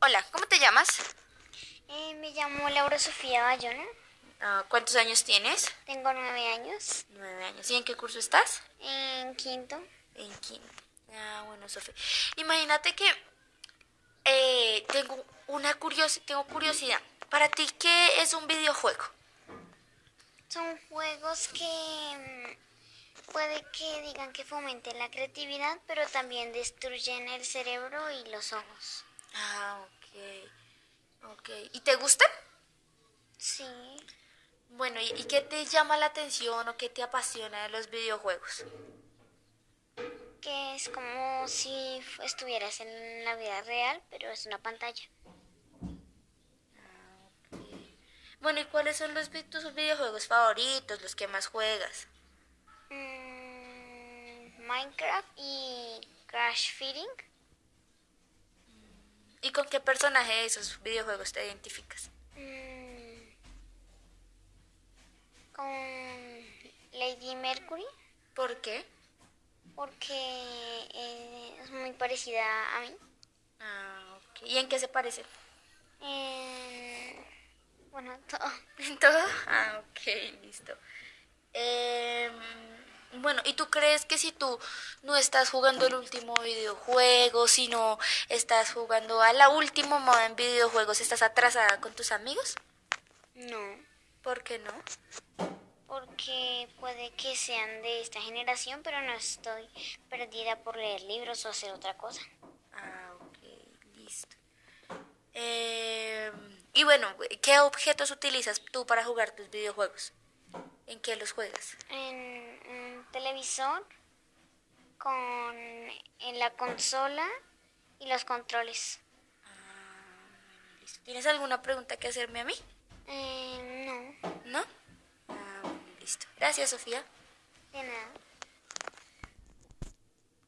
Hola, ¿cómo te llamas? Eh, me llamo Laura Sofía Bayona, Ah, ¿Cuántos años tienes? tengo nueve años, Nueve años. ¿Y en qué curso estás? en quinto. En quinto. Ah, bueno, Sofía. Imagínate que eh, tengo una curiosi- tengo curiosidad. ¿Para ti qué es un videojuego? Son juegos que mm, puede que digan que fomenten la creatividad, pero también destruyen el cerebro y los ojos. Ah, ok. Ok. ¿Y te gustan? Sí, Bueno, ¿y, y qué te llama la atención o qué te apasiona de los videojuegos? que es como si fu- estuvieras en la vida real, pero es una pantalla. Bueno, ¿y cuáles son los vi- tus videojuegos favoritos, los que más juegas? Mm, Minecraft y Crash Feeding. ¿Y con qué personaje de esos videojuegos te identificas? Mm, con Lady Mercury ¿Por qué? porque eh, es muy parecida a mí. Ah, ok. ¿Y en qué se parecen? Eh, bueno, todo. ¿En todo? Ah, ok, listo. Em, bueno, ¿y tú crees que si tú no estás jugando el último videojuego, sino estás jugando a la última moda en videojuegos, estás atrasada con tus amigos? No, ¿Por qué no? porque puede que sean de esta generación, pero no estoy perdida por leer libros o hacer otra cosa. Ah, ok, listo. Em, y bueno, ¿qué objetos utilizas tú para jugar tus videojuegos? ¿En qué los juegas? En un televisor, con, en la consola y los controles. Ah, Listo. ¿Tienes alguna pregunta que hacerme a mí? Eh, no, ¿No? Ah, bueno, listo. Gracias, Sofía. de nada.